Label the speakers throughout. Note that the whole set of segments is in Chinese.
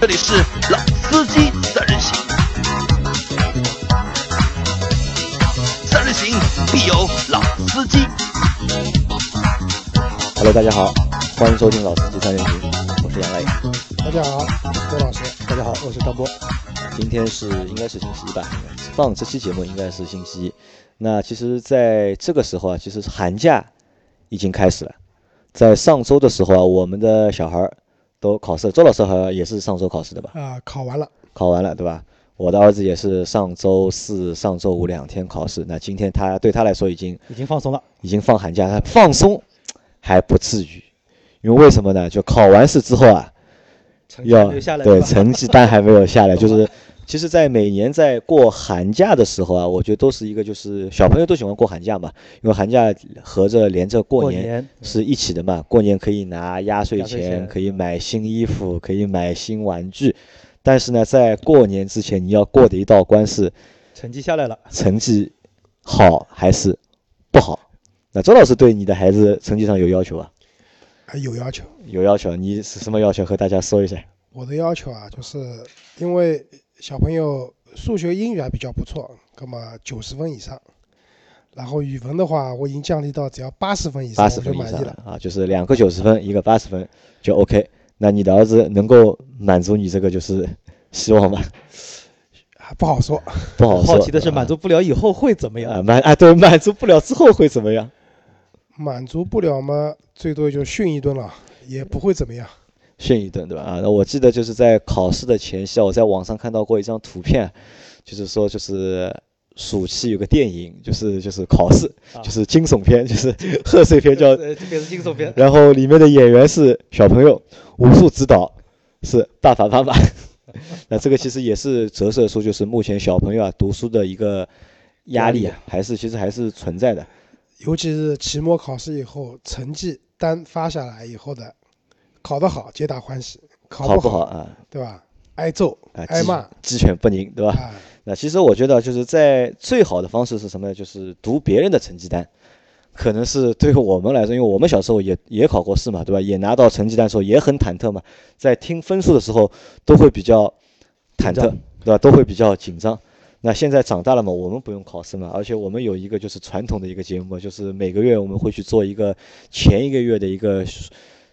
Speaker 1: 这里是老司机三人行，三人行必有老司机。
Speaker 2: Hello，大家好，欢迎收听《老司机三人行》，我是杨磊。
Speaker 3: 大家好，郭老师。大家好，我是张波。
Speaker 2: 今天是应该是星期一吧？放这期节目应该是星期一。那其实，在这个时候啊，其实寒假已经开始了。在上周的时候啊，我们的小孩儿都考试了，周老师好像也是上周考试的吧？
Speaker 3: 啊、考完了，
Speaker 2: 考完了，对吧？我的儿子也是上周四、上周五两天考试，那今天他对他来说已经
Speaker 4: 已经放松了。
Speaker 2: 已经放寒假，他放松还不至于，因为为什么呢？就考完试之后啊，要对成绩单还没有下来， 就是其实，在每年在过寒假的时候啊，我觉得都是一个就是小朋友都喜欢过寒假嘛，因为寒假合着连着过
Speaker 4: 过
Speaker 2: 年是一起的嘛，过年可以拿压岁
Speaker 4: 压岁
Speaker 2: 钱，嗯
Speaker 4: 钱
Speaker 2: 可以买新衣服，可以买新玩具，但是呢，在过年之前你要过的一道关是
Speaker 4: 成绩下来了，
Speaker 2: 成绩好还是不好。那周老师对你的孩子成绩上有要求啊？
Speaker 3: 还哎有要求。
Speaker 2: 有要求，啊你是什么要求？和大家说一下。
Speaker 3: 我的要求啊，就是因为小朋友数学、英语还比较不错，那么九十分以上。然后语文的话，我已经降低到只要八十分以上
Speaker 2: 八十
Speaker 3: 我就
Speaker 2: 分以
Speaker 3: 满
Speaker 2: 上
Speaker 3: 意了。
Speaker 2: 啊，就是两个九十分，一个八十分就 OK。那你的儿子能够满足你这个就是希望吗？
Speaker 3: 还不好说，
Speaker 2: 不好说。
Speaker 4: 好奇的是满足不了以后会怎么样？
Speaker 2: 啊满啊对满足不了之后会怎么样？
Speaker 3: 满足不了嘛，最多就训一顿了，也不会怎么样。
Speaker 2: 训一顿，对吧？啊，那我记得就是在考试的前夕啊，我在网上看到过一张图片，就是说就是暑期有个电影，就是就是考试，
Speaker 4: 啊
Speaker 2: 就是惊悚片，就是贺岁片 叫，
Speaker 4: 呃，这边是惊悚片，
Speaker 2: 然后里面的演员是小朋友，武术指导是爸爸妈妈。那这个其实也是折射出就是目前小朋友啊读书的一个压力
Speaker 4: 压力
Speaker 2: 啊，还是其实还是存在的。
Speaker 3: 尤其是期末考试以后，成绩单发下来以后的，考得好皆大欢喜，考
Speaker 2: 考
Speaker 3: 不
Speaker 2: 不好啊
Speaker 3: 对吧？挨揍、
Speaker 2: 啊，
Speaker 3: 啊挨骂啊、
Speaker 2: 鸡鸡犬不宁，对吧？那其实我觉得，就是在最好的方式是什么呢？就是读别人的成绩单，可能是对于我们来说，因为我们小时候也也考过试嘛，对吧？也拿到成绩单的时候也很忐忑嘛，在听分数的时候都会比较忐忑，对吧？都会比较紧张。那现在长大了嘛，我们不用考试嘛，而且我们有一个就是传统的一个节目，就是每个月我们会去做一个前一个月的一个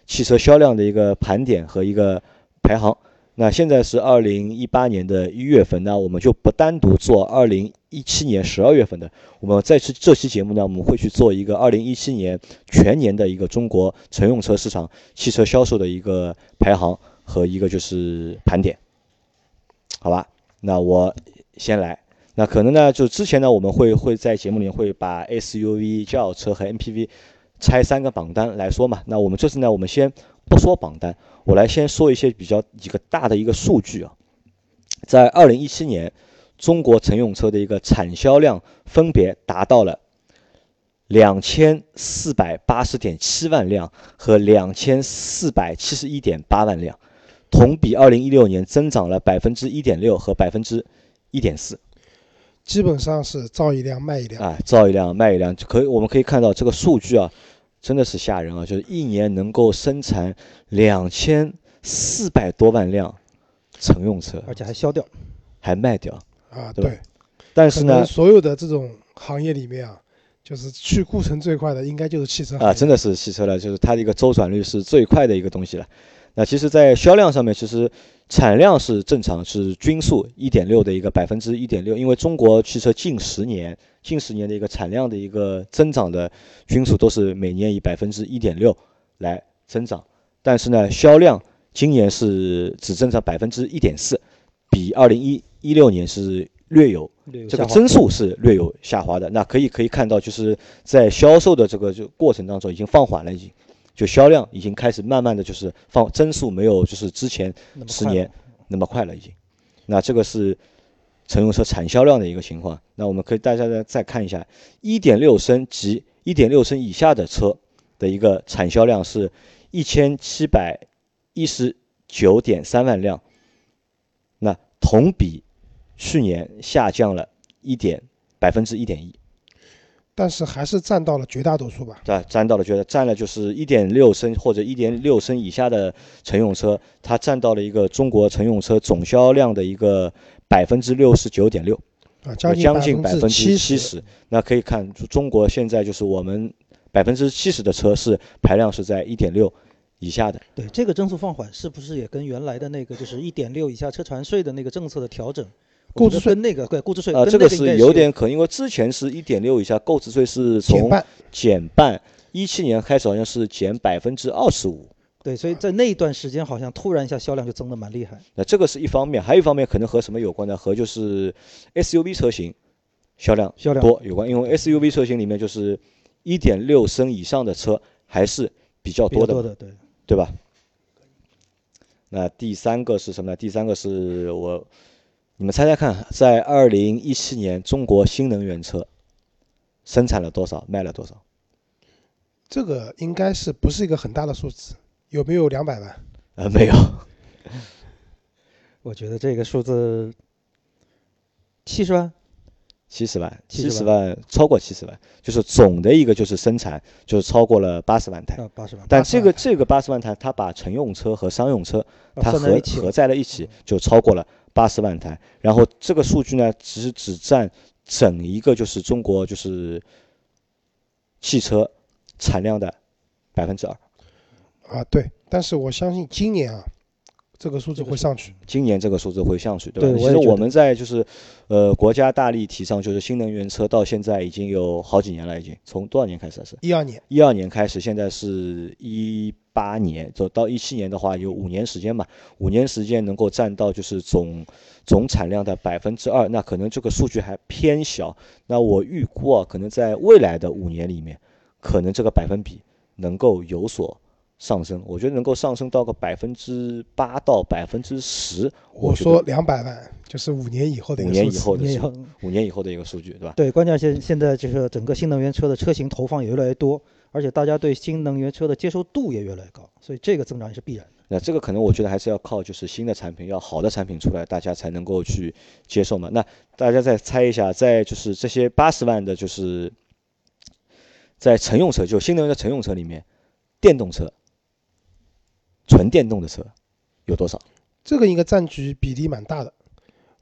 Speaker 2: 汽车销量的一个盘点和一个排行。那现在是二零一八年的一月份，那我们就不单独做二零一七年十二月份的，我们再去这期节目呢，我们会去做一个二零一七年全年的一个中国乘用车市场汽车销售的一个排行和一个就是盘点，好吧？那我先来。那可能呢，就之前呢，我们会会在节目里会把 SUV、轿车和 MPV 拆三个榜单来说嘛。那我们这次呢，我们先不说榜单，我来先说一些比较几个大的一个数据啊，在二零一七年，中国乘用车的一个产销量分别达到了两千四百八十点七万辆和两千四百七十一点八万辆，同比二零一六年增长了百分之一点六和百分之一点四。
Speaker 3: 基本上是造一辆卖一辆。
Speaker 2: 啊，造一辆卖一辆，可以我们可以看到这个数据啊，真的是吓人啊！就是一年能够生产两千四百多万辆乘用车，
Speaker 4: 而且还消掉。
Speaker 2: 还卖掉。
Speaker 3: 啊，
Speaker 2: 对吧
Speaker 3: 对，
Speaker 2: 但
Speaker 3: 可
Speaker 2: 是
Speaker 3: 能
Speaker 2: 呢，
Speaker 3: 所有的这种行业里面啊，就是去库存最快的应该就是汽车行
Speaker 2: 啊，
Speaker 3: 业
Speaker 2: 真的是汽车了，就是它的一个周转率是最快的一个东西了。那其实，在销量上面，其实产量是正常是均数一点六的一个百分之一点六，因为中国汽车近十年近十年的一个产量的一个增长的均数都是每年以百分之一点六来增长，但是呢，销量今年是只增长百分之一点四，比二零一一六年是略有这个增速是略有下滑的。那可以可以看到，就是在销售的这个就过程当中已经放缓了，已经就销量已经开始慢慢的就是放增速没有就是之前
Speaker 4: 那么
Speaker 2: 十
Speaker 4: 快
Speaker 2: 年那么快了已经。那这个是乘用车产销量的一个情况。那我们可以大家再再看一下，1.6升及1.6升以下的车的一个产销量是一千七百一十九点三万辆，那同比去年下降了一点百分之一点一。
Speaker 3: 但是还是占到了绝大多数吧。
Speaker 2: 对，占啊到了，觉得占了就是一点六升或者一点六升以下的乘用车，它占到了一个中国乘用车总销量的一个百分之六十九点六，
Speaker 3: 啊，
Speaker 2: 呃将近百
Speaker 3: 百
Speaker 2: 分之七
Speaker 3: 十，
Speaker 2: 十。那可以看出，中国现在就是我们百分之七十的车是排量是在一点六以下的。
Speaker 4: 对这个增速放缓，是不是也跟原来的那个就是一点六以下车船税的那个政策的调整，
Speaker 3: 购置
Speaker 4: 我觉得跟那个对固置税
Speaker 2: 啊、
Speaker 4: 跟
Speaker 2: 这
Speaker 4: 那
Speaker 2: 个
Speaker 4: 应该
Speaker 2: 是
Speaker 4: 是
Speaker 2: 有点可能，因为之前是一点六以下购置税是
Speaker 3: 减
Speaker 2: 从
Speaker 3: 半。
Speaker 2: 减半，一七年开始好像是减百分之二十五。
Speaker 4: 对，所以在那一段时间好像突然一下销量就增得蛮厉害。
Speaker 2: 那这个是一方面，还有一方面可能和什么有关呢？和就是 SUV 车型销量
Speaker 4: 销量
Speaker 2: 多有关，因为 SUV 车型里面就是1.6升以上的车还是比较
Speaker 4: 比较
Speaker 2: 哦多的，
Speaker 4: 多的，对，
Speaker 2: 对吧？那第三个是什么呢？第三个是我，你们猜猜看，在2017年中国新能源车生产了多少，卖了多少？
Speaker 3: 这个应该是不是一个很大的数字？有没有两百万？
Speaker 2: 呃，没有，
Speaker 4: 我觉得这个数字七十万，
Speaker 2: 七十万，七
Speaker 4: 70
Speaker 2: 十万，超过七十万，就是总的一个就是生产就是超过了八十万台。
Speaker 4: 啊，八十万，
Speaker 2: 但
Speaker 3: 80
Speaker 2: 这
Speaker 3: 万
Speaker 2: 个这个八十万台，它把乘用车和商用车
Speaker 4: 啊
Speaker 2: 它
Speaker 4: 算在
Speaker 2: 合
Speaker 4: 一起
Speaker 2: 合
Speaker 4: 了。
Speaker 2: 在了一起，就超过了八十万台。然后这个数据呢，其实只占整一个就是中国就是汽车产量的百分之二。
Speaker 3: 啊，对。但是我相信今年啊，这个数字会上去。
Speaker 2: 今年这个数字会上去，对吧？
Speaker 4: 对
Speaker 2: 其
Speaker 4: 我也
Speaker 2: 实
Speaker 4: 觉
Speaker 2: 我
Speaker 4: 得
Speaker 2: 们在就是，呃，国家大力提倡就是新能源车，到现在已经有好几年了，已经从多少年开始啊是？
Speaker 3: 一二年，
Speaker 2: 一二年开始，现在是一八年，走到一七年的话，有五年时间嘛，五年时间能够占到就是总总产量的百分之二，那可能这个数据还偏小。那我预估啊，可能在未来的五年里面，可能这个百分比能够有所上升，我觉得能够上升到个百分之八到百分之十。
Speaker 3: 我
Speaker 2: 觉得
Speaker 3: 说两百万就是五年以后的一
Speaker 2: 五
Speaker 3: 个
Speaker 2: 年以
Speaker 3: 数字。
Speaker 2: 后的
Speaker 4: 也
Speaker 2: 数，
Speaker 4: 有
Speaker 2: 五年以后的一个数据，对吧？
Speaker 4: 对，关键现现在这个整个新能源车的车型投放也越来越多，而且大家对新能源车的接受度也越来越高，所以这个增长也是必然的。
Speaker 2: 那这个可能我觉得还是要靠就是新的产品，要好的产品出来，大家才能够去接受嘛。那大家再猜一下，在就是这些八十万的，就是在乘用车，就新能源的乘用车里面，电动车、纯电动的车有多少？
Speaker 3: 这个应该占据比例蛮大的，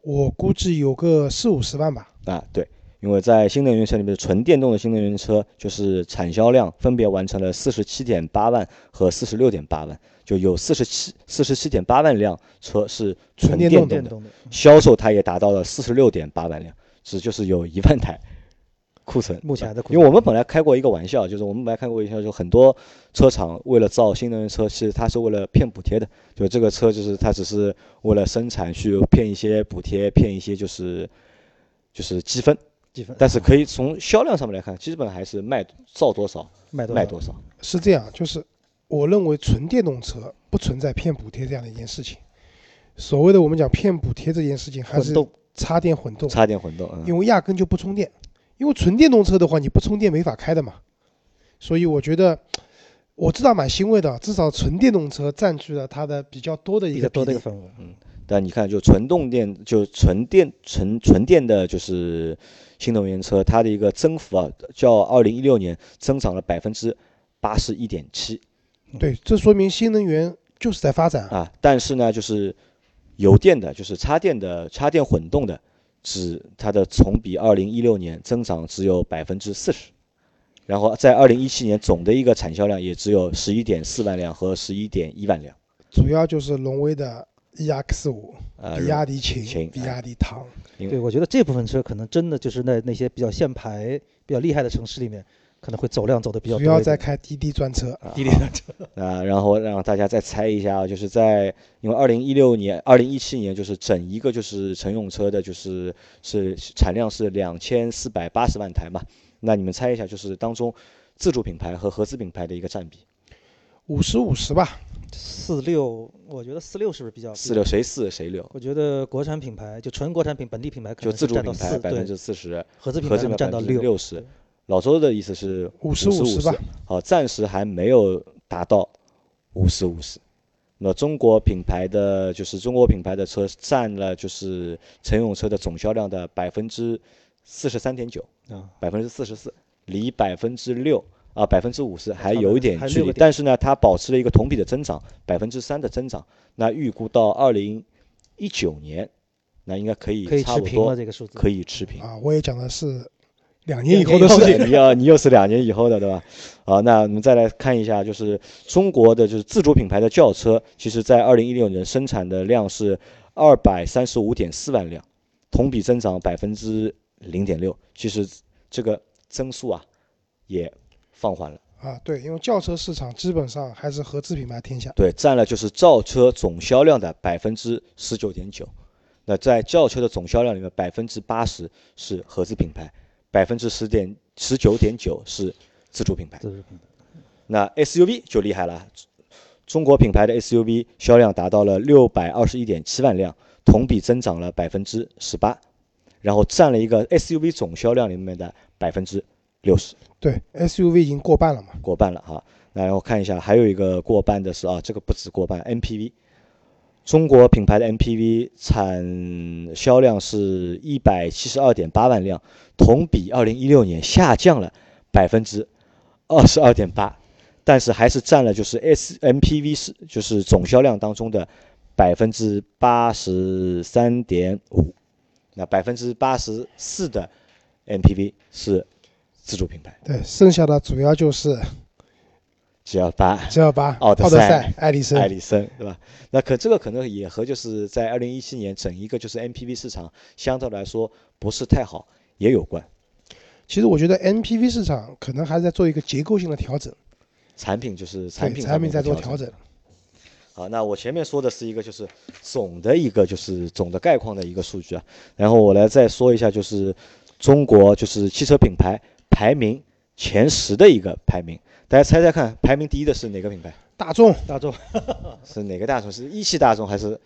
Speaker 3: 我估计有个四五十万吧。
Speaker 2: 啊，对，因为在新能源车里面，纯电动的新能源车就是产销量分别完成了四十七点八万和四十六点八万，就有四十七四十七点八万辆车是纯
Speaker 3: 纯电
Speaker 2: 电
Speaker 3: 动
Speaker 2: 动
Speaker 4: 电
Speaker 2: 的，
Speaker 4: 动的，
Speaker 2: 销售它也达到了四十六点八万辆，只就是有一万台库存。
Speaker 4: 目前还在库存
Speaker 2: 因为我们本来开过一个玩笑，就是我们本来开过一个玩笑，就很多车厂为了造新能源车，其实它是为了骗补贴的，就这个车就是它只是为了生产去骗一些补贴，骗一些就是就是积分。
Speaker 4: 积分
Speaker 2: 但是可以从销量上面来看，基本还是卖造多少
Speaker 4: 卖多
Speaker 2: 卖
Speaker 4: 少
Speaker 2: 多少。
Speaker 3: 是这样，就是我认为纯电动车不存在骗补贴这样的一件事情。所谓的我们讲骗补贴这件事情，还
Speaker 4: 混
Speaker 3: 是
Speaker 4: 动
Speaker 3: 插电混动，
Speaker 2: 插电混动，嗯，
Speaker 3: 因为压根就不充电。因为纯电动车的话，你不充电没法开的嘛。所以我觉得，我知道蛮欣慰的，至少纯电动车占据了它的比较多的一
Speaker 4: 比
Speaker 3: 个
Speaker 4: 较
Speaker 3: 比
Speaker 4: 多的一
Speaker 3: 例
Speaker 4: 个。份额。
Speaker 2: 嗯但你看，就纯动电，就纯电、纯纯电的，就是新能源车，它的一个增幅啊，较二零一六年增长了百分之八十一点七
Speaker 3: 对，这说明新能源就是在发展啊。
Speaker 2: 啊。但是呢，就是油电的，就是插电的、插电混动的，只它的同比二零一六年增长只有百分之四十，然后在二零一七年总的一个产销量也只有十一点四万辆和十一点一万辆。
Speaker 3: 主要就是荣威的 EX 五、
Speaker 2: 呃，
Speaker 4: 啊
Speaker 3: 比亚迪
Speaker 2: 秦
Speaker 3: 秦、比亚迪唐。
Speaker 2: 因为
Speaker 4: 对，我觉得这部分车可能真的就是在那些比较限牌、比较厉害的城市里面，可能会走量走的比较
Speaker 3: 主
Speaker 4: 多一
Speaker 3: 要
Speaker 4: 点。
Speaker 3: 在开滴滴专车，
Speaker 4: 低廉的车，
Speaker 2: 啊，然后让大家再猜一下啊，就是在因为二零一六年、二零一七年，就是整一个就是乘用车的，就是是产量是两千四百八十万台嘛。那你们猜一下，就是当中自主品牌和合资品牌的一个占比，
Speaker 3: 五十五十吧。
Speaker 4: 四六，我觉得四六是不是比较
Speaker 2: 四六？谁四谁六，
Speaker 4: 我觉得国产品牌就纯国产品本地品牌可
Speaker 2: 就
Speaker 4: 能
Speaker 2: 自
Speaker 4: 是
Speaker 2: 主
Speaker 4: 占
Speaker 2: 品
Speaker 4: 到
Speaker 2: 牌
Speaker 4: 四，
Speaker 2: 百分
Speaker 4: 对，
Speaker 2: 之四十，
Speaker 4: 合资品
Speaker 2: 合
Speaker 4: 牌
Speaker 2: 资品牌
Speaker 4: 可能占
Speaker 2: 百
Speaker 4: 到
Speaker 2: 分之
Speaker 4: 六，
Speaker 2: 六十。老周的意思是
Speaker 3: 50
Speaker 2: 五
Speaker 3: 50吧，
Speaker 2: 好，暂时还没有达到五十五十。那中国品牌的就是中国品牌的车占了就是乘用车的总销量的百分之四十三点九，
Speaker 4: 啊，
Speaker 2: 百分之四十四，离百分之六啊百分之五十还
Speaker 4: 差不
Speaker 2: 有一
Speaker 4: 多
Speaker 2: 点
Speaker 4: 还
Speaker 2: 距
Speaker 4: 6
Speaker 2: 离，
Speaker 4: 个点
Speaker 2: 但是呢，它保持了一个同比的增长，百分之三的增长。那预估到二零一九年，那应该可以
Speaker 4: 可以
Speaker 2: 差
Speaker 4: 持
Speaker 2: 不
Speaker 4: 平了
Speaker 2: 多
Speaker 4: 这个数字。
Speaker 2: 可以持平。
Speaker 3: 啊，我也讲的是两年以后的事
Speaker 2: 对
Speaker 3: 情。
Speaker 2: 你要你又是两年以后的，对吧？好，那我们再来看一下，就是中国的就是自主品牌的轿车，其实在二零一六年生产的量是二百三十五点四万辆，同比增长百分之零点六。其实这个增速啊也放缓了，
Speaker 3: 啊，对，因为轿车市场基本上还是合资品牌天下。
Speaker 2: 对，占了就是造车总销量的百分之十九点九。那在轿车的总销量里面，百分之八十是合资品牌，百分之十点十九点九是自主品牌。
Speaker 4: 自主品牌
Speaker 2: 那 SUV 就厉害了，中国品牌的 SUV 销量达到了六百二十一点七万辆，同比增长了百分之十八，然后占了一个 SUV 总销量里面的百分之六十，
Speaker 3: 对，SUV 已经过半了嘛。
Speaker 2: 过半了哈。那然后看一下，还有一个过半的是啊，这个不止过半，MPV，中国品牌的 MPV 产销量是一百七十二点八万辆，同比二零一六年下降了百分之二十二点八，但是还是占了就是 S MPV 是就是总销量当中的百分之八十三点五，那百分之八十四的 MPV 是自主品牌
Speaker 3: 对，剩下的主要就是
Speaker 2: G L 八。
Speaker 3: G 2 8
Speaker 2: 奥
Speaker 3: 奥
Speaker 2: 德
Speaker 3: 德
Speaker 2: 赛
Speaker 3: 赛、艾力
Speaker 2: 艾
Speaker 3: 绅。
Speaker 2: 力绅，对吧？那可这个可能也和就是在二零一七年整一个就是 MPV 市场相对来说不是太好也有关，
Speaker 3: 其实我觉得 MPV 市场可能还在做一个结构性的调整，
Speaker 2: 产品就是产
Speaker 3: 对，
Speaker 2: 品
Speaker 3: 产品在做
Speaker 2: 调
Speaker 3: 调
Speaker 2: 整。
Speaker 3: 整。
Speaker 2: 好，那我前面说的是一个就是总的一个就是总的概况的一个数据啊，然后我来再说一下就是中国就是汽车品牌排名前十的一个排名，大家猜猜看，排名第一的是哪个品牌？
Speaker 3: 大众
Speaker 4: 大众
Speaker 2: 是哪个大众？是一汽大众还是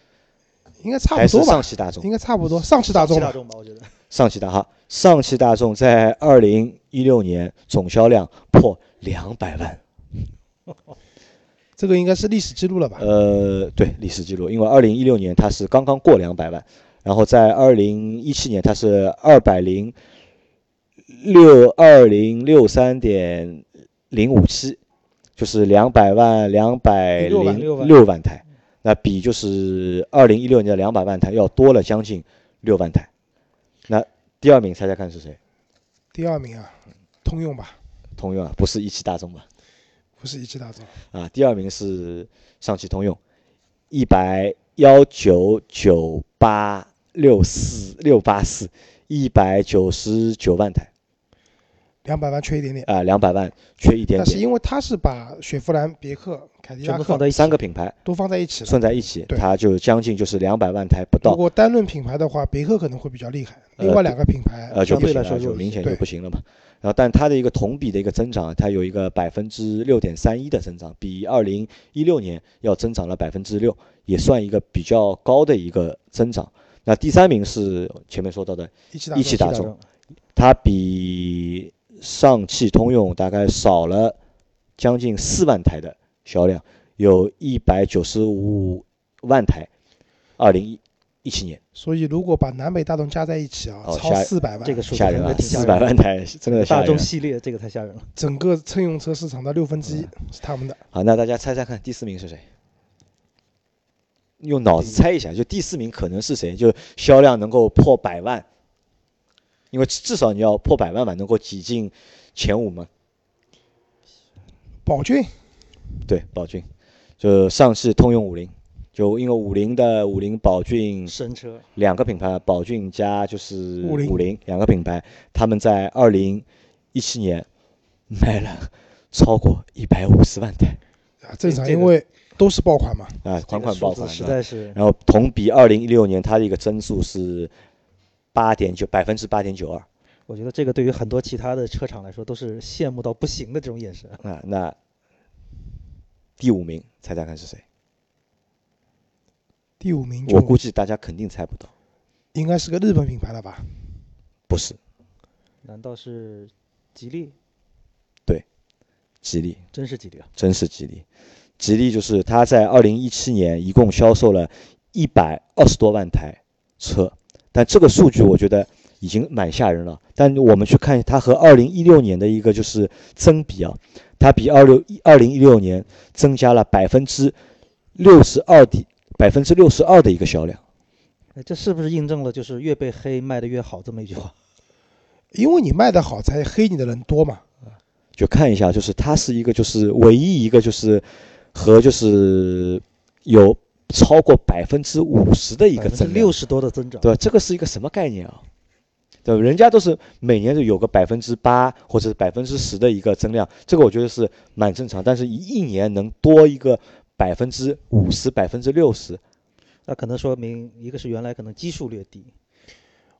Speaker 3: 应该差
Speaker 2: 还
Speaker 3: 不
Speaker 2: 是
Speaker 3: 多
Speaker 2: 上
Speaker 3: 吧，
Speaker 2: 汽大众？
Speaker 3: 应该差不多，上汽大众
Speaker 4: 上汽大
Speaker 3: 吧。
Speaker 4: 众吧，我觉得
Speaker 2: 上汽大哈，上汽大众在二零一六年总销量破两百万，
Speaker 3: 这个应该是历史记录了吧？
Speaker 2: 呃，对，历史记录，因为二零一六年它是刚刚过两百万，然后在二零一七年它是二百零六二零六三点零五七，就是两百万两百零六万台，那比就是二零一六年的两百万台要多了将近六万台，那第二名猜猜看是谁？
Speaker 3: 第二名啊，通用吧，
Speaker 2: 通用啊，不是一汽大众吧？
Speaker 3: 不是一汽大众。
Speaker 2: 啊，第二名是上汽通用，一百幺九九八六四六八四，一百九十九万台
Speaker 3: 两百万缺一点点。
Speaker 2: 啊，两百万缺一点
Speaker 3: 但是
Speaker 2: 点。
Speaker 3: 因为它是把雪佛兰、别克、凯迪
Speaker 4: 全
Speaker 3: 拉
Speaker 4: 部放
Speaker 3: 克
Speaker 4: 到一起
Speaker 2: 三个品牌
Speaker 3: 都放在一起了。
Speaker 2: 算在一起，
Speaker 3: 对
Speaker 2: 它就将近就是两百万台不
Speaker 3: 如
Speaker 2: 到，
Speaker 3: 果单论品牌的话，别克可能会比较厉害，
Speaker 2: 呃
Speaker 3: 另外两个品牌
Speaker 2: 呃，就
Speaker 4: 相
Speaker 2: 不
Speaker 4: 对
Speaker 2: 行了，
Speaker 4: 来说
Speaker 2: 就
Speaker 4: 弱一
Speaker 2: 明
Speaker 4: 些
Speaker 2: 显就
Speaker 3: 对
Speaker 2: 不行了嘛。然后，但它的一个同比的一个增长，啊它有一个百分之六点三一的增长，比二零一六年要增长了百分之六，也算一个比较高的一个增长。那第三名是前面说到的
Speaker 3: 一汽大
Speaker 2: 一
Speaker 3: 众
Speaker 2: 汽大
Speaker 4: 大
Speaker 2: 众，它比上汽通用大概少了将近四万台的销量，有一百九十五万台，二零一七年
Speaker 3: 所以如果把南北大众加在一起啊，
Speaker 2: 哦
Speaker 3: 超
Speaker 2: 下
Speaker 3: 四百万，
Speaker 4: 这个数字
Speaker 2: 吓
Speaker 4: 还
Speaker 2: 人
Speaker 4: 还
Speaker 2: 啊，
Speaker 4: 挺吓
Speaker 2: 四
Speaker 4: 人
Speaker 2: 百
Speaker 4: 的。
Speaker 2: 万台真的吓
Speaker 4: 大
Speaker 2: 人
Speaker 4: 众
Speaker 2: 啊。
Speaker 4: 系列这个太吓人了，
Speaker 3: 整个乘用车市场的六分之一
Speaker 2: 嗯
Speaker 3: 是他们的。
Speaker 2: 好，那大家猜猜看，第四名是谁？用脑子猜一下，就第四名可能是谁？就销量能够破百万，因为至少你要破百万嘛，能够挤进前五嘛。
Speaker 3: 宝骏
Speaker 2: 对，宝骏，就上汽通用五菱，就因为五菱的五菱宝骏
Speaker 4: 神车
Speaker 2: 两个品牌，宝骏加就是
Speaker 3: 五菱
Speaker 2: 五菱两个品牌，他们在二零一七年卖了超过一百五十万台
Speaker 3: 啊，正常，
Speaker 4: 这个
Speaker 3: 因为都是爆款嘛。
Speaker 2: 啊，款款
Speaker 4: 这个
Speaker 2: 爆
Speaker 4: 数字
Speaker 2: 款
Speaker 4: 实
Speaker 2: 的。
Speaker 4: 在是
Speaker 2: 然后同比二零一六年，它的一个增速是八点九百分之八点九二
Speaker 4: 我觉得这个对于很多其他的车厂来说都是羡慕到不行的这种眼神。
Speaker 2: 啊。那第五名，猜猜看是谁？
Speaker 3: 第五名就
Speaker 2: 我估计大家肯定猜不到，
Speaker 3: 应该是个日本品牌了吧？
Speaker 2: 不是
Speaker 4: 难道是吉利？
Speaker 2: 吉利。
Speaker 4: 真是吉利啊！
Speaker 2: 真是吉利。吉利就是它在二零一七年一共销售了一百二十多万台车，但这个数据我觉得已经蛮吓人了。但我们去看它和二零一六年的一个就是增比啊，它比二六二零一六年增加了百分之六十二的百分之六十二的一个销量。
Speaker 4: 哎这是不是印证了就是越被黑卖的越好这么一句话？
Speaker 3: 因为你卖得好，才黑你的人多嘛。
Speaker 2: 就看一下，就是它是一个就是唯一一个就是和就是有超过百分之五十的一
Speaker 4: 百
Speaker 2: 个
Speaker 4: 分之
Speaker 2: 增量
Speaker 4: 六，十多的增长，
Speaker 2: 对吧？这个是一个什么概念啊？对吧？人家都是每年都有个百分之八或者百分之十的一个增量，这个我觉得是蛮正常，但是一一年能多一个百分之五十、百分之六十，
Speaker 4: 那可能说明一个是原来可能基数略低，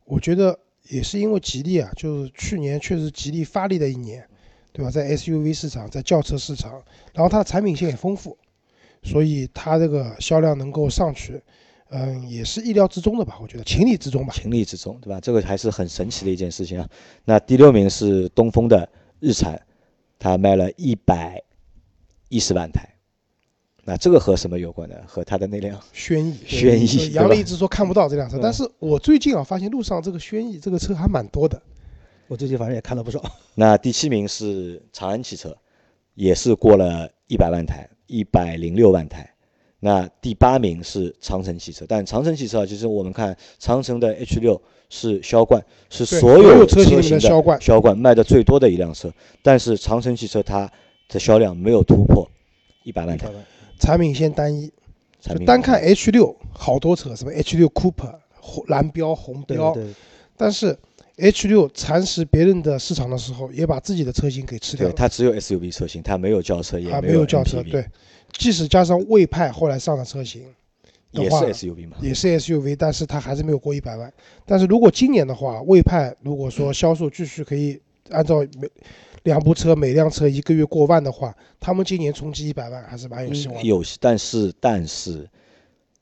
Speaker 3: 我觉得也是因为吉利啊，就是去年确实吉利发力的一年，对吧？在 SUV 市场，在轿车市场，然后它的产品线也丰富，所以它这个销量能够上去，嗯，也是意料之中的吧？我觉得情理之中吧。
Speaker 2: 情理之中，对吧？这个还是很神奇的一件事情啊。那第六名是东风的日产，它卖了一百一十万台。那这个和什么有关呢？和它的那辆
Speaker 3: 轩逸，
Speaker 2: 轩逸
Speaker 3: 对
Speaker 2: 对
Speaker 3: 杨
Speaker 2: 吧
Speaker 3: 磊一直说看不到这辆车，
Speaker 4: 嗯
Speaker 3: 但是我最近啊发现路上这个轩逸这个车还蛮多的。
Speaker 4: 我最近反正也看了不少。
Speaker 2: 那第七名是长安汽车，也是过了一百万台，一百零六万台。那第八名是长城汽车，但长城汽车啊，其实我们看长城的 H 六是销冠，是
Speaker 3: 对
Speaker 2: 所
Speaker 3: 所有
Speaker 2: 车
Speaker 3: 车型里面
Speaker 2: 的
Speaker 3: 的销冠
Speaker 2: 销冠卖的最多的一辆车。但是长城汽车它的销量没有突破一百万台，
Speaker 3: 产品线单一，
Speaker 2: 产
Speaker 3: 就
Speaker 2: 品
Speaker 3: 单看
Speaker 2: 线
Speaker 3: H 六，好多车，什么 H 六 Cooper、红蓝标、红
Speaker 4: 对
Speaker 3: 标，
Speaker 4: 对，
Speaker 3: 但是 H 六蚕食别人的市场的时候，也把自己的车型给吃掉
Speaker 2: 对
Speaker 3: 了，
Speaker 2: 它只有 SUV 车型，它没有轿车，也
Speaker 3: 啊，没
Speaker 2: 有
Speaker 3: 轿车，
Speaker 2: MPV，
Speaker 3: 对，即使加上魏派后来上的车型，的
Speaker 2: 也
Speaker 3: 话
Speaker 2: 是 SUV 嘛。
Speaker 3: 也是 SUV，但是它还是没有过一百万。但是如果今年的话，魏派如果说销售继续可以按照每两部车每辆车一个月过万的话，他们今年冲击一百万还是蛮有希
Speaker 2: 嗯
Speaker 3: 望的。
Speaker 2: 有，但是但是，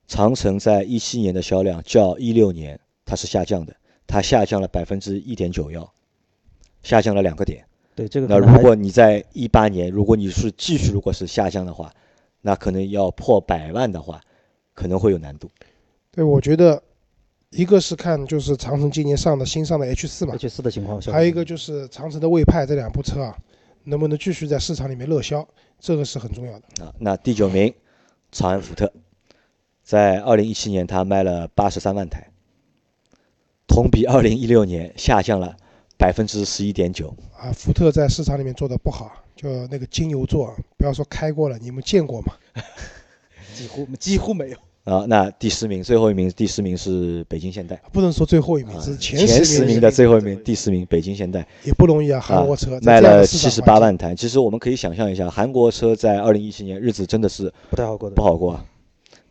Speaker 2: 长城在一七年的销量较一六年它是下降的，它下降了百分之一点九幺，下降了两个点。
Speaker 4: 对这个
Speaker 2: 那
Speaker 4: 可能
Speaker 2: 如
Speaker 4: 还
Speaker 2: 果你在一八年，如果你是继续如果是下降的话，那可能要破百万的话，可能会有难度。
Speaker 3: 对，我觉得一个是看就是长城今年上的新上的 H 四嘛，
Speaker 4: H 四的情况下，
Speaker 3: 还有一个就是长城的魏派这两部车啊，能不能继续在市场里面热销，这个是很重要的。
Speaker 2: 啊，那第九名，长安福特，在二零一七年它卖了八十三万台，同比二零一六年下降了百分之十一点九。
Speaker 3: 啊，福特在市场里面做的不好，就那个金牛座啊，不要说开过了，你们见过吗？
Speaker 4: 几乎几乎没有。
Speaker 2: 啊，那第十名，最后一名，第十名是北京现代，
Speaker 3: 不能说最后一名，
Speaker 2: 啊
Speaker 3: 只是前
Speaker 2: 前
Speaker 3: 十
Speaker 2: 十
Speaker 3: 名
Speaker 2: 名的最后一名，第十名北京现代
Speaker 3: 也不容易啊。
Speaker 2: 啊
Speaker 3: 韩国车、，
Speaker 2: 卖了七十八，万台。其实我们可以想象一下，韩国车在二零一七年日子真的是
Speaker 4: 不太好过的
Speaker 2: 不。好过啊。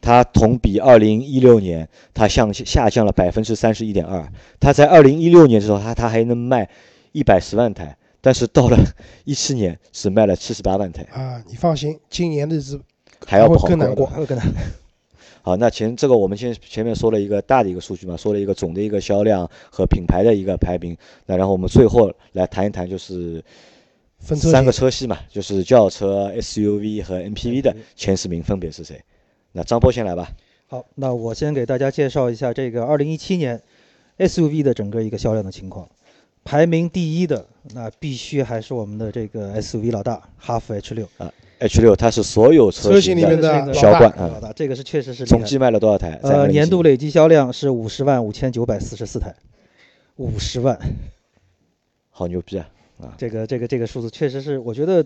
Speaker 2: 它同比二零一六年，它向下降了百分之三十一点二。它在二零一六年的时候，它它还能卖一百十万台，但是到了一七年只卖了七十八万台，
Speaker 3: 啊，你放心，今年日子
Speaker 2: 还要
Speaker 3: 还会
Speaker 2: 不好
Speaker 3: 更
Speaker 2: 过啊
Speaker 3: 难
Speaker 2: 的
Speaker 3: 过
Speaker 4: 还有跟他
Speaker 2: 好，那前这个我们先前面说了一个大的一个数据嘛，说了一个总的一个销量和品牌的一个排名。那然后我们最后来谈一谈，就是
Speaker 3: 分车
Speaker 2: 三个
Speaker 3: 型
Speaker 2: 车系嘛，就是轿车、SUV 和 MPV 的
Speaker 4: MPV
Speaker 2: 前十名分别是谁？那张波先来吧。
Speaker 4: 好，那我先给大家介绍一下这个二零一七年 SUV 的整个一个销量的情况。排名第一的那必须还是我们的这个 SUV 老大哈弗 H 六，
Speaker 2: H 六它是所有车
Speaker 3: 车
Speaker 2: 型
Speaker 3: 型里面
Speaker 2: 的
Speaker 3: 的
Speaker 4: 的
Speaker 2: 销
Speaker 3: 老
Speaker 2: 冠
Speaker 3: 大，
Speaker 2: 啊
Speaker 4: 老，大，这个是确实是厉害
Speaker 2: 总计卖了多少台？在
Speaker 4: 呃，
Speaker 2: 2017
Speaker 4: 年度累计销量是五十万五千九百四十四台，五十万，
Speaker 2: 好牛逼啊！啊，
Speaker 4: 这个这个这个数字确实是，我觉得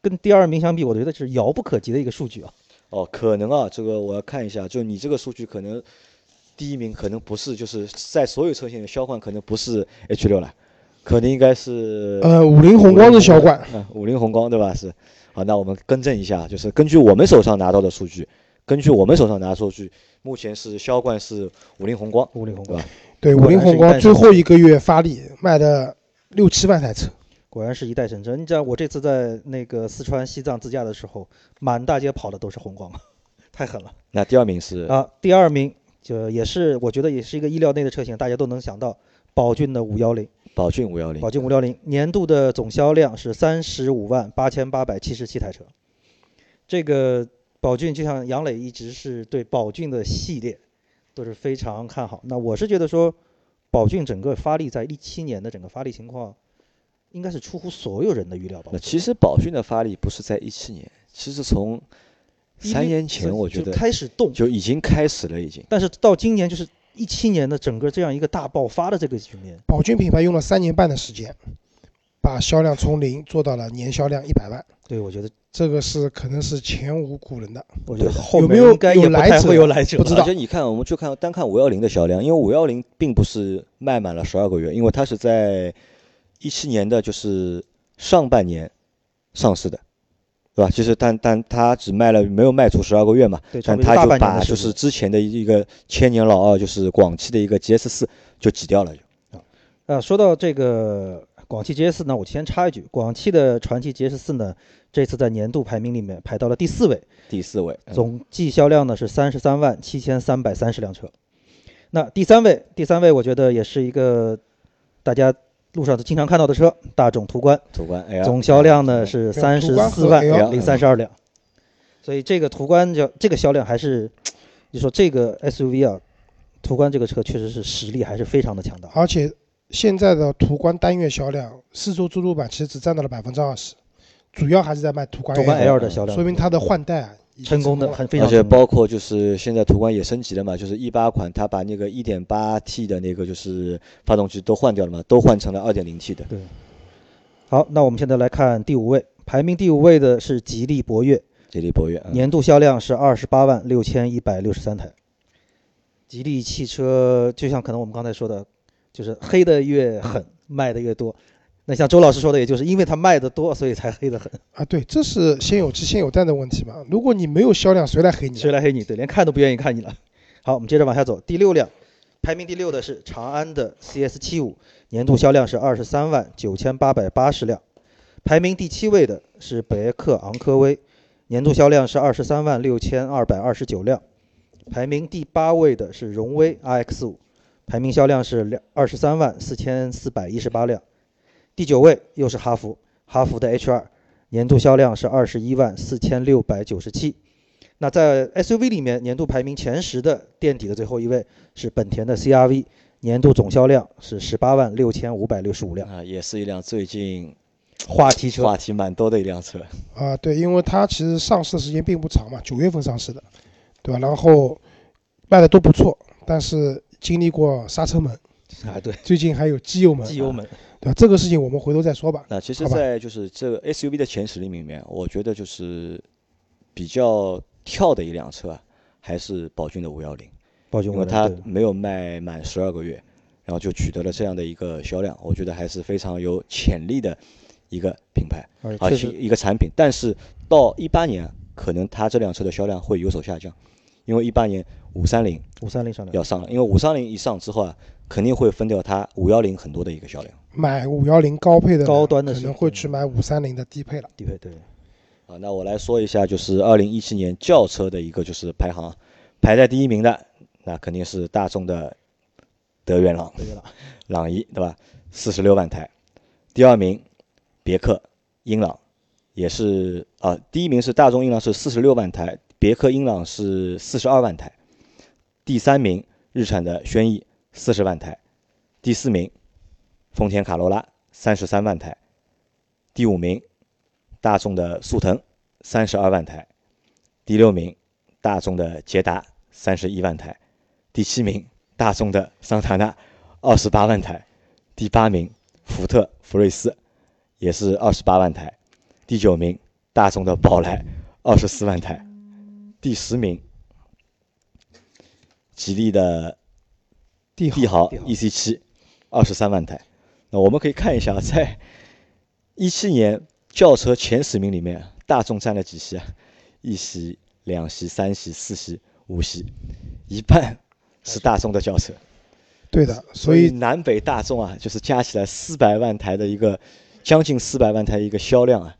Speaker 4: 跟第二名相比，我觉得是遥不可及的一个数据啊。
Speaker 2: 哦，可能啊，这个我要看一下，就你这个数据可能第一名可能不是，就是在所有车型里销冠可能不是 H 六了，可能应该是
Speaker 3: 呃，五菱宏光的销冠，
Speaker 2: 嗯， 五菱宏光对吧？是，好，那我们更正一下，就是根据我们手上拿到的数据，根据我们手上拿的数据，目前是销冠是五菱宏光，
Speaker 4: 五菱宏
Speaker 2: 对
Speaker 4: 光
Speaker 2: 吧？
Speaker 3: 对，
Speaker 4: 果
Speaker 3: 五菱
Speaker 4: 然是
Speaker 3: 宏
Speaker 4: 一
Speaker 3: 光
Speaker 4: 代
Speaker 3: 最
Speaker 4: 神
Speaker 3: 后一个月发力卖了六七万台车，
Speaker 4: 果然是一代神车。你知道我这次在那个四川、西藏自驾的时候，满大街跑的都是宏光， 太狠了
Speaker 2: 那第二名是
Speaker 4: 啊！第二名就也是我觉得也是一个意料内的车型，大家都能想到，宝骏的五幺零，
Speaker 2: 宝骏五幺零
Speaker 4: 宝，骏五幺零年度的总销量是三十五万八千八百七十七台车。这个宝骏就像杨磊一直是对宝骏的系列都是非常看好。那我是觉得说，宝骏整个发力在一七年的整个发力情况，应该是出乎所有人的预料吧
Speaker 2: 那？其实宝骏的发力不是在一七年，其实从三年前我觉
Speaker 4: 就
Speaker 2: 得
Speaker 4: 开始动，
Speaker 2: 就已经开始了，已经。
Speaker 4: 但是到今年就是一七年的整个这样一个大爆发的这个局面，
Speaker 3: 宝骏品牌用了三年半的时间，把销量从零做到了年销量一百万，
Speaker 4: 对我觉得，
Speaker 3: 这个是可能是前无古人的。
Speaker 4: 我觉得
Speaker 2: 对的
Speaker 4: 后
Speaker 3: 有没
Speaker 4: 面
Speaker 3: 有
Speaker 4: 应该
Speaker 3: 有
Speaker 4: 也不
Speaker 3: 来
Speaker 4: 太
Speaker 3: 者
Speaker 4: 会有来者
Speaker 3: 不
Speaker 4: 了
Speaker 3: 知道
Speaker 2: 而且你看，我们就看单看五幺零的销量，因为五幺零并不是卖满了十二个月，因为它是在一七年的就是上半年上市的，对吧？其实但但它只卖了没有卖出十二个月嘛，
Speaker 4: 对，
Speaker 2: 但
Speaker 4: 差不多大
Speaker 2: 它就
Speaker 4: 半年
Speaker 2: 把
Speaker 4: 的时
Speaker 2: 就
Speaker 4: 间
Speaker 2: 是之前的一个千年老二就是广汽的一个 GS 四就挤掉了，就
Speaker 4: 啊，说到这个广汽 GS 呢，我先插一句，广汽的传祺 GS 四呢，这次在年度排名里面排到了第四位，
Speaker 2: 第四位。嗯
Speaker 4: 总计销量呢是三十三万七千三百三十辆车。那第三位，第三位我觉得也是一个大家路上都经常看到的车，大众途观，
Speaker 2: 途观哎 L
Speaker 4: 总销量呢是
Speaker 3: 对
Speaker 4: 三
Speaker 3: 途
Speaker 4: 十
Speaker 3: 观
Speaker 4: 四
Speaker 3: 和
Speaker 4: 万
Speaker 3: L
Speaker 4: 零三十二辆，所以这个途观叫这个销量还是，你说这个 SUV 啊，途观这个车确实是实力还是非常的强大。
Speaker 3: 而且现在的途观单月销量，四周自主版其实只占到了百分之二十，主要还是在卖途观
Speaker 4: 途观
Speaker 3: L，
Speaker 4: L 的销
Speaker 3: 哎
Speaker 4: 量，
Speaker 3: 说明它的换代啊已经
Speaker 4: 成功
Speaker 3: 功
Speaker 4: 的
Speaker 3: 了
Speaker 4: 很非
Speaker 2: 而
Speaker 4: 常
Speaker 2: 且
Speaker 4: 成功。
Speaker 2: 包括就是现在途观也升级了嘛，就是一八款，它把那个一点八 T 的那个就是发动机都换掉了嘛，都换成了二点零 T 的。
Speaker 4: 好，那我们现在来看第五位，排名第五位的是吉利博越，
Speaker 2: 吉利博越，嗯
Speaker 4: 年度销量是二十八万六千一百六十三台。吉利汽车就像可能我们刚才说的，就是黑的越狠，卖的越多。那像周老师说的，也就是因为它卖的多，所以才黑的狠，
Speaker 3: 啊！对，这是先有鸡先有蛋的问题嘛。如果你没有销量，谁来黑你啊？
Speaker 4: 谁来黑你？对，连看都不愿意看你了。好，我们接着往下走，第六辆，排名第六的是长安的 CS 7 5年度销量是二十三万九千八百八十辆，排名第七位的是别克昂科威，年度销量是二十三万六千二百二十九辆，排名第八位的是荣威 RX 5排名销量是两二十三万四千四百一十八辆，第九位又是哈弗，哈弗的 H 2年度销量是二十一万四千六百九十七。那在 SUV 里面，年度排名前十的垫底的最后一位是本田的 CRV，年度总销量是十八万六千五百六十五辆，
Speaker 2: 啊，也是一辆最近
Speaker 4: 话题车。
Speaker 2: 话题蛮多的一辆车。
Speaker 3: 啊，对，因为它其实上市的时间并不长嘛，九月份上市的，对吧？然后卖的都不错，但是经历过刹车门，
Speaker 4: 啊，对，
Speaker 3: 最近还有机油门，啊
Speaker 4: 机油门，
Speaker 3: 对吧？这个事情我们回头再说吧。
Speaker 2: 那其实，
Speaker 3: 好吧
Speaker 2: 在就是这个 SUV 的前十里里面，我觉得就是比较跳的一辆车啊，还是宝骏的五幺零，
Speaker 4: 宝骏
Speaker 2: 因
Speaker 4: 五
Speaker 2: 为
Speaker 4: 零
Speaker 2: 它
Speaker 4: 对
Speaker 2: 没有卖满十二个月，然后就取得了这样的一个销量，我觉得还是非常有潜力的一个品牌。
Speaker 4: 而且
Speaker 2: 啊，
Speaker 4: 确
Speaker 2: 是
Speaker 4: 实
Speaker 2: 一个产品。但是到一八年，可能它这辆车的销量会有所下降，因为一八年五三零
Speaker 4: 五三零上量
Speaker 2: 要上了，因为五三零一上之后啊，肯定会分掉它五幺零很多的一个销量
Speaker 3: 买五幺零高配的人
Speaker 4: 高端的
Speaker 3: 可
Speaker 4: 是
Speaker 3: 能会去买五三零的低配了。
Speaker 4: 低配对，
Speaker 2: 啊。那我来说一下，就是二零一七年轿车的一个就是排行，啊排在第一名的那肯定是大众的德源朗
Speaker 4: 对了，
Speaker 2: 朗逸，对吧？四十六万台，第二名别克英朗，也是啊、第一名是大众英朗是四十六万台，别克英朗是四十二万台，第三名日产的轩逸四十万台，第四名丰田卡罗拉三十三万台，第五名大众的速腾三十二万台，第六名大众的捷达三十一万台，第七名大众的桑塔纳二十八万台，第八名福特福睿斯也是二十八万台，第九名大众的宝来二十四万台，第十名吉利的
Speaker 3: 帝
Speaker 2: 帝豪
Speaker 4: 帝豪
Speaker 2: EC 七二十三万台。那我们可以看一下，在一七年轿车前十名里面，大众占了几席啊？一席、两席、三席、四席、五席，一半是大众的轿车。
Speaker 3: 对的，所
Speaker 2: 所以
Speaker 3: 以
Speaker 2: 南北大众啊，就是加起来四百万台的一个，将近四百万台的一个销量啊，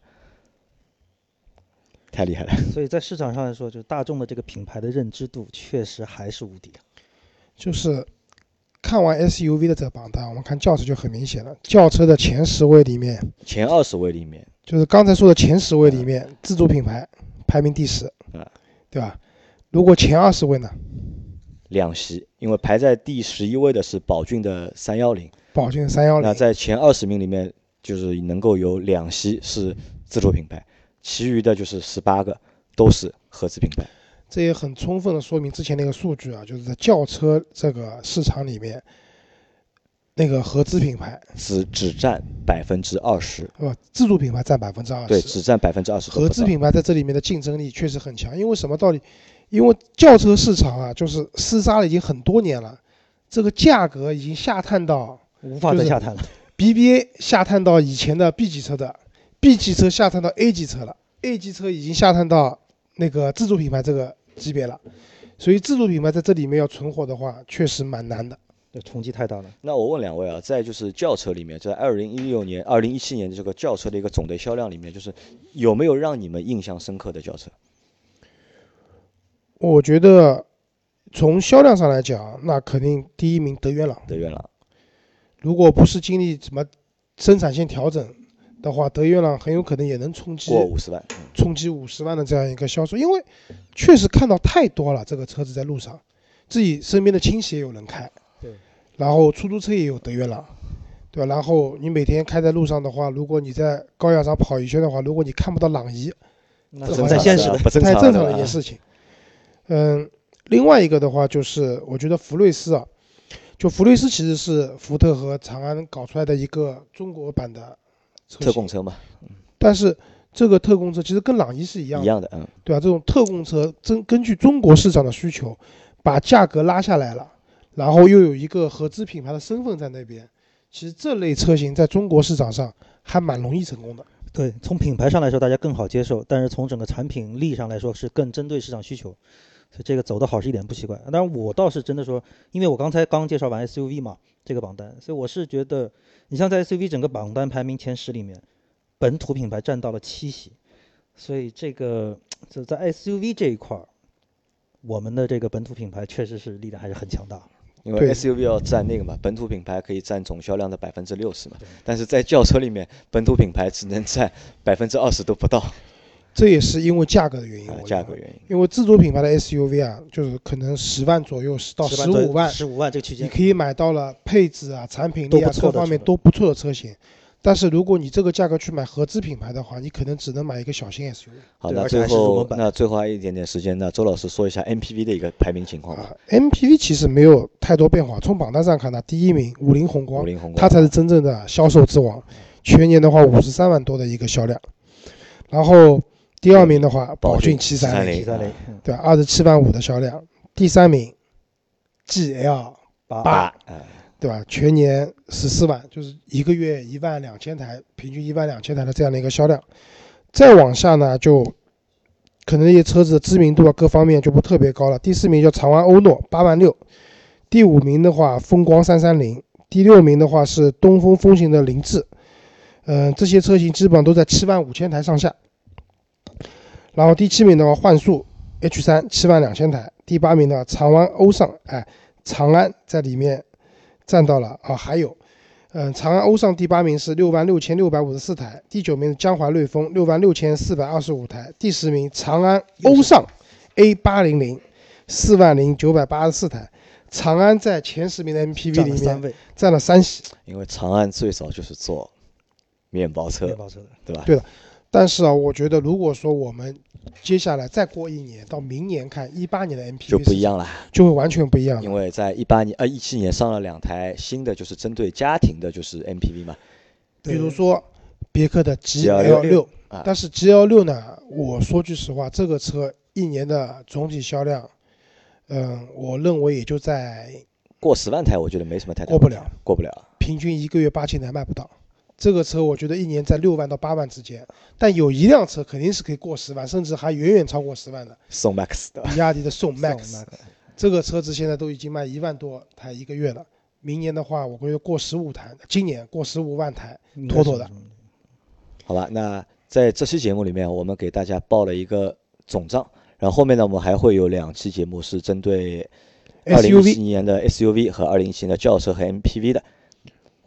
Speaker 2: 太厉害了。
Speaker 4: 所以在市场上来说，就是大众的这个品牌的认知度确实还是无敌。
Speaker 3: 就是看完 SUV 的这榜单，我们看轿车就很明显了。轿车的前十位里面，
Speaker 2: 前二十位里面，
Speaker 3: 就是刚才说的前十位里面，自主品牌排名第十
Speaker 2: 嗯，
Speaker 3: 对吧？如果前二十位呢？
Speaker 2: 两席，因因为排在第十一位的是宝骏的三幺零，
Speaker 3: 宝骏三幺
Speaker 2: 那
Speaker 3: 零，
Speaker 2: 在前二十名里面，就是能够有两席是自主品牌，其余的就是十八个都是合资品牌。
Speaker 3: 这也很充分的说明之前那个数据啊，就是在轿车这个市场里面，那个合资品牌
Speaker 2: 只只占百分之二十，
Speaker 3: 呃，自主品牌占百分之二
Speaker 2: 对，
Speaker 3: 十，
Speaker 2: 只占百分之二十。
Speaker 3: 啊合资品牌在这里面的竞争力确实很强，因为什么道理？因为轿车市场啊，就是厮杀了已经很多年了，这个价格已经下探到
Speaker 4: 无法再下探了。
Speaker 3: BBA 下探到以前的 B 级车的，B 级车下探到 A 级车了，A 级车已经下探到那个自主品牌这个级别了，所以自主品牌在这里面要存活的话，确实蛮难的。
Speaker 4: 对，冲击太大了。
Speaker 2: 那我问两位啊，在就是轿车里面，在二零一六年、二零一七年的这个轿车的一个总的销量里面，就是有没有让你们印象深刻的轿车？
Speaker 3: 我觉得从销量上来讲，那肯定第一名德源朗。
Speaker 2: 德源朗，
Speaker 3: 如果不是经历什么生产线调整的话，德源朗很有可能也能冲击
Speaker 2: 过五十万，嗯
Speaker 3: 冲击五十万的这样一个销售，因为确实看到太多了这个车子在路上，自己身边的亲戚也有人开，
Speaker 4: 对，
Speaker 3: 然后出租车也有德源朗，对吧？然后你每天开在路上的话，如果你在高架上跑一圈的话，如果你看不到朗逸，
Speaker 4: 那
Speaker 3: 这
Speaker 4: 是不
Speaker 3: 好
Speaker 4: 太
Speaker 3: 像
Speaker 4: 现
Speaker 2: 是
Speaker 4: 实的。啊
Speaker 2: 不
Speaker 3: 不
Speaker 2: 正
Speaker 3: 太
Speaker 2: 常
Speaker 3: 正常的一
Speaker 2: 吧
Speaker 3: 件事情。嗯，另外一个的话就是，我觉得福睿斯啊，就福睿斯其实是福特和长安搞出来的一个中国版的车
Speaker 2: 特
Speaker 3: 型
Speaker 2: 供车嘛，
Speaker 3: 但是这个特供车其实跟朗逸是一样
Speaker 2: 一
Speaker 3: 的，
Speaker 2: 样的，嗯，
Speaker 3: 对吧、这种特供车根根据中国市场的需求，把价格拉下来了，然后又有一个合资品牌的身份在那边，其实这类车型在中国市场上还蛮容易成功的。
Speaker 4: 对，从品牌上来说，大家更好接受，但是从整个产品力上来说，是更针对市场需求，所以这个走的好是一点不奇怪。当然，我倒是真的说，因为我刚才刚介绍完 SUV 嘛，这个榜单，所以我是觉得，你像在 SUV 整个榜单排名前十里面，本土品牌占到了七席，所以这个就在 SUV 这一块儿，我们的这个本土品牌确实是力量还是很强大。
Speaker 2: 因为
Speaker 3: 对
Speaker 2: SUV 要占那个嘛，本土品牌可以占总销量的百分之六十嘛，但是在轿车里面，本土品牌只能占百分之二十都不到，
Speaker 3: 这也是因为价格的原因，
Speaker 2: 啊
Speaker 3: 我，
Speaker 2: 价
Speaker 3: 觉
Speaker 2: 格
Speaker 3: 得
Speaker 2: 原因。
Speaker 3: 因为自主品牌的 SUV 啊，就是可能十万左右十到十五万，
Speaker 4: 十五万这个区
Speaker 3: 你
Speaker 4: 间，
Speaker 3: 可以买到了配置啊、产品力
Speaker 4: 都
Speaker 3: 啊
Speaker 4: 不错
Speaker 3: 各
Speaker 4: 的
Speaker 3: 方面
Speaker 4: 车
Speaker 3: 都不错的车型。但是如果你这个价格去买合资品牌的话，你可能只能买一个小型 SUV
Speaker 2: 好，
Speaker 4: 对
Speaker 2: 那
Speaker 4: 而且
Speaker 2: 最
Speaker 4: 还是入
Speaker 2: 后
Speaker 4: 门版
Speaker 2: 那最后还有一点点时间，那周老师说一下 MPV 的一个排名情况吧。
Speaker 3: 啊。MPV 其实没有太多变化，从榜单上看呢，第一名五菱宏光
Speaker 2: 五，菱宏光，
Speaker 3: 它才是真正的销售之王，全年的话五十三万多的一个销量。然后第二名的话，宝骏七
Speaker 2: 730
Speaker 3: 三零，
Speaker 4: 比赛雷，嗯
Speaker 3: 对吧，二十七万五的销量。第三名，GL
Speaker 4: 八
Speaker 3: 八
Speaker 2: 哎
Speaker 3: 对吧？全年十四万，就是一个月一万两千台，平均一万两千台的这样的一个销量。再往下呢，就可能这些车子的知名度啊，各方面就不特别高了。第四名叫长安欧诺，八万六；第五名的话，风光三三零；第六名的话是东风风行的凌志。嗯、这些车型基本上都在七万五千台上下。然后第七名的话，幻速 H 三七万两千台；第八名的话，长安欧尚，哎，长安在里面占到了啊，还有，嗯、长安欧尚第八名是六万六千六百五十四台，第九名是江淮瑞风六万六千四百二十五台，第十名长安欧尚 A 八零零四万零九百八十四台，长安在前十名的 MPV
Speaker 4: 占了
Speaker 3: 里
Speaker 4: 三
Speaker 3: 面
Speaker 4: 位
Speaker 3: 占了三席。
Speaker 2: 因为长安最早就是做面包车
Speaker 4: 面，包车的，
Speaker 2: 对吧？
Speaker 3: 对但是啊，我觉得如果说我们接下来再过一年到明年看一八年的 MPV
Speaker 2: 就不一
Speaker 3: 市场，
Speaker 2: 样了，
Speaker 3: 就会完全不一样
Speaker 2: 因
Speaker 3: 了。
Speaker 2: 为在一八年、呃一七年上了两台新的，就是针对家庭的，就是 MPV 嘛。
Speaker 3: 比如说别克的
Speaker 2: GL6
Speaker 3: GL 六
Speaker 2: 啊，
Speaker 3: 但是 GL 六呢，我说句实话，这个车一年的总体销量，嗯，我认为也就在
Speaker 2: 过十万台，我觉得没什么太大
Speaker 3: 过不
Speaker 2: 问题
Speaker 3: 了，
Speaker 2: 过不了。
Speaker 3: 平均一个月八千台卖不到。这个车我觉得一年在六万到八万之间，但有一辆车肯定是可以过十万，甚至还远远超过十万的，
Speaker 2: 宋 MAX 的，
Speaker 3: 比亚迪的宋 MAX
Speaker 4: 上。
Speaker 3: 这个车子现在都已经卖一万多台一个月了，明年的话，我估计过十五台，今年过十五万台，
Speaker 2: 嗯
Speaker 4: 那
Speaker 3: 妥妥的。
Speaker 4: 应该是
Speaker 2: 好吧？那在这期节目里面，我们给大家报了一个总账，然后后面呢，我们还会有两期节目是针对二零一七
Speaker 3: SUV
Speaker 2: 年的 SUV 和二零一七年的轿车和 MPV 的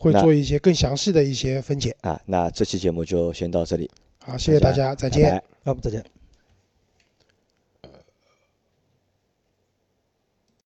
Speaker 3: 会
Speaker 2: 那
Speaker 3: 做一些更详细的一些分解。
Speaker 2: 啊。那这期节目就先到这里，
Speaker 3: 好，谢谢大家，再见
Speaker 2: 拜拜。
Speaker 4: 要不再见。